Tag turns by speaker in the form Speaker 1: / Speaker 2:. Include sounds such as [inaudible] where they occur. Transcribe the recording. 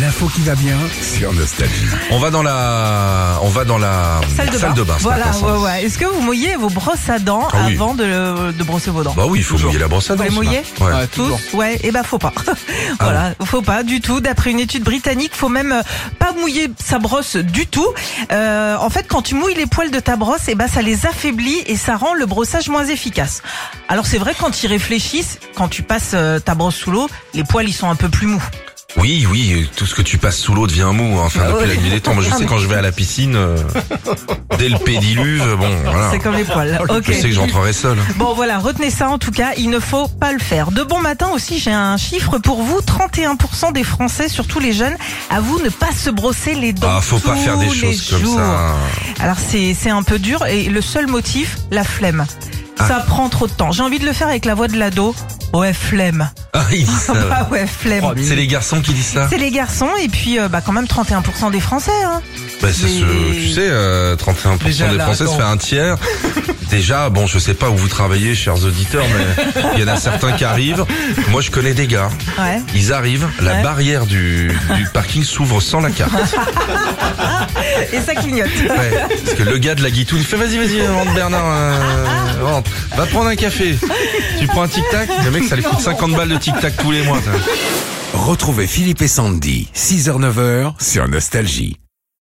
Speaker 1: l'info qui va bien.
Speaker 2: sur Nostalgie.
Speaker 3: On va dans la, on va dans la
Speaker 4: Salle de bain.
Speaker 3: ce
Speaker 4: voilà,
Speaker 3: matin, ça.
Speaker 4: ouais, ouais. Est-ce que vous mouillez vos brosses à dents
Speaker 3: Ah oui.
Speaker 4: avant de, de brosser vos dents
Speaker 3: Bah oui, il faut
Speaker 2: Toujours.
Speaker 3: mouiller la brosse à
Speaker 4: Vous
Speaker 3: dents.
Speaker 4: les
Speaker 3: ce
Speaker 4: mouillez
Speaker 3: matin. Ouais.
Speaker 2: Ouais. toujours.
Speaker 4: Tous Ouais, et bah faut pas. [laughs]
Speaker 3: Ah
Speaker 4: voilà, faut pas du tout. D'après une étude britannique, faut même euh, pas mouiller sa brosse du tout. Euh, en fait, quand tu mouilles les poils de ta brosse, et bah ça les affaiblit et ça rend le brossage moins efficace. Alors c'est vrai quand ils réfléchissent, quand tu passes euh, ta brosse sous l'eau, les poils ils sont un peu plus mous.
Speaker 3: Oui, oui, tout ce que tu passes sous l'eau devient mou. hein. Enfin,
Speaker 4: Ah
Speaker 3: depuis
Speaker 4: [laughs] ouais.
Speaker 3: la nuit des temps. Moi, je sais quand je vais à la piscine,
Speaker 4: [laughs]
Speaker 3: euh, dès le pédiluve, bon, voilà.
Speaker 4: C'est comme
Speaker 3: [laughs]
Speaker 4: les poils. Ok.
Speaker 3: Ah. Je sais que j'entrerai seul.
Speaker 4: Bon voilà, retenez ça en tout cas, il ne faut pas le faire. De bon matin aussi, j'ai un chiffre pour vous, 31% des Français, surtout les jeunes, avouent ne pas se brosser les dents.
Speaker 3: Ah, faut pas
Speaker 4: tous
Speaker 3: faire des
Speaker 4: les
Speaker 3: choses comme
Speaker 4: jours.
Speaker 3: ça.
Speaker 4: Alors c'est c'est un peu dur et le seul motif, la flemme.
Speaker 3: Ah.
Speaker 4: Ça prend trop de temps. J'ai envie de le faire avec la voix de l'ado. Ouais, flemme.
Speaker 3: Ah, ils disent ça.
Speaker 4: [laughs] Ah ouais, flemme.
Speaker 3: C'est les garçons qui disent ça.
Speaker 4: C'est les garçons et puis euh, bah quand même 31% des Français. Hein.
Speaker 3: Bah, c'est ce,
Speaker 4: Mais-
Speaker 3: tu sais, euh, 31%
Speaker 1: Déjà,
Speaker 3: des
Speaker 1: là,
Speaker 3: Français se
Speaker 1: attends.
Speaker 3: fait
Speaker 1: [laughs]
Speaker 3: un tiers. Déjà, bon, je sais pas où vous travaillez, chers auditeurs, mais il y en a certains qui arrivent. Moi, je connais des gars.
Speaker 4: Ouais.
Speaker 3: Ils arrivent, la
Speaker 4: Ouais.
Speaker 3: barrière du, du parking s'ouvre sans la carte.
Speaker 4: Et ça clignote.
Speaker 3: Ouais, parce que le gars de la guitoune fait vas-y, vas-y, rentre Bernard, euh, rentre. Va prendre un café. Tu prends un tic-tac Le mec, ça lui coûte 50 balles de tic-tac tous les mois. ça.
Speaker 2: Retrouvez Philippe et Sandy, 6h-9h sur Nostalgie.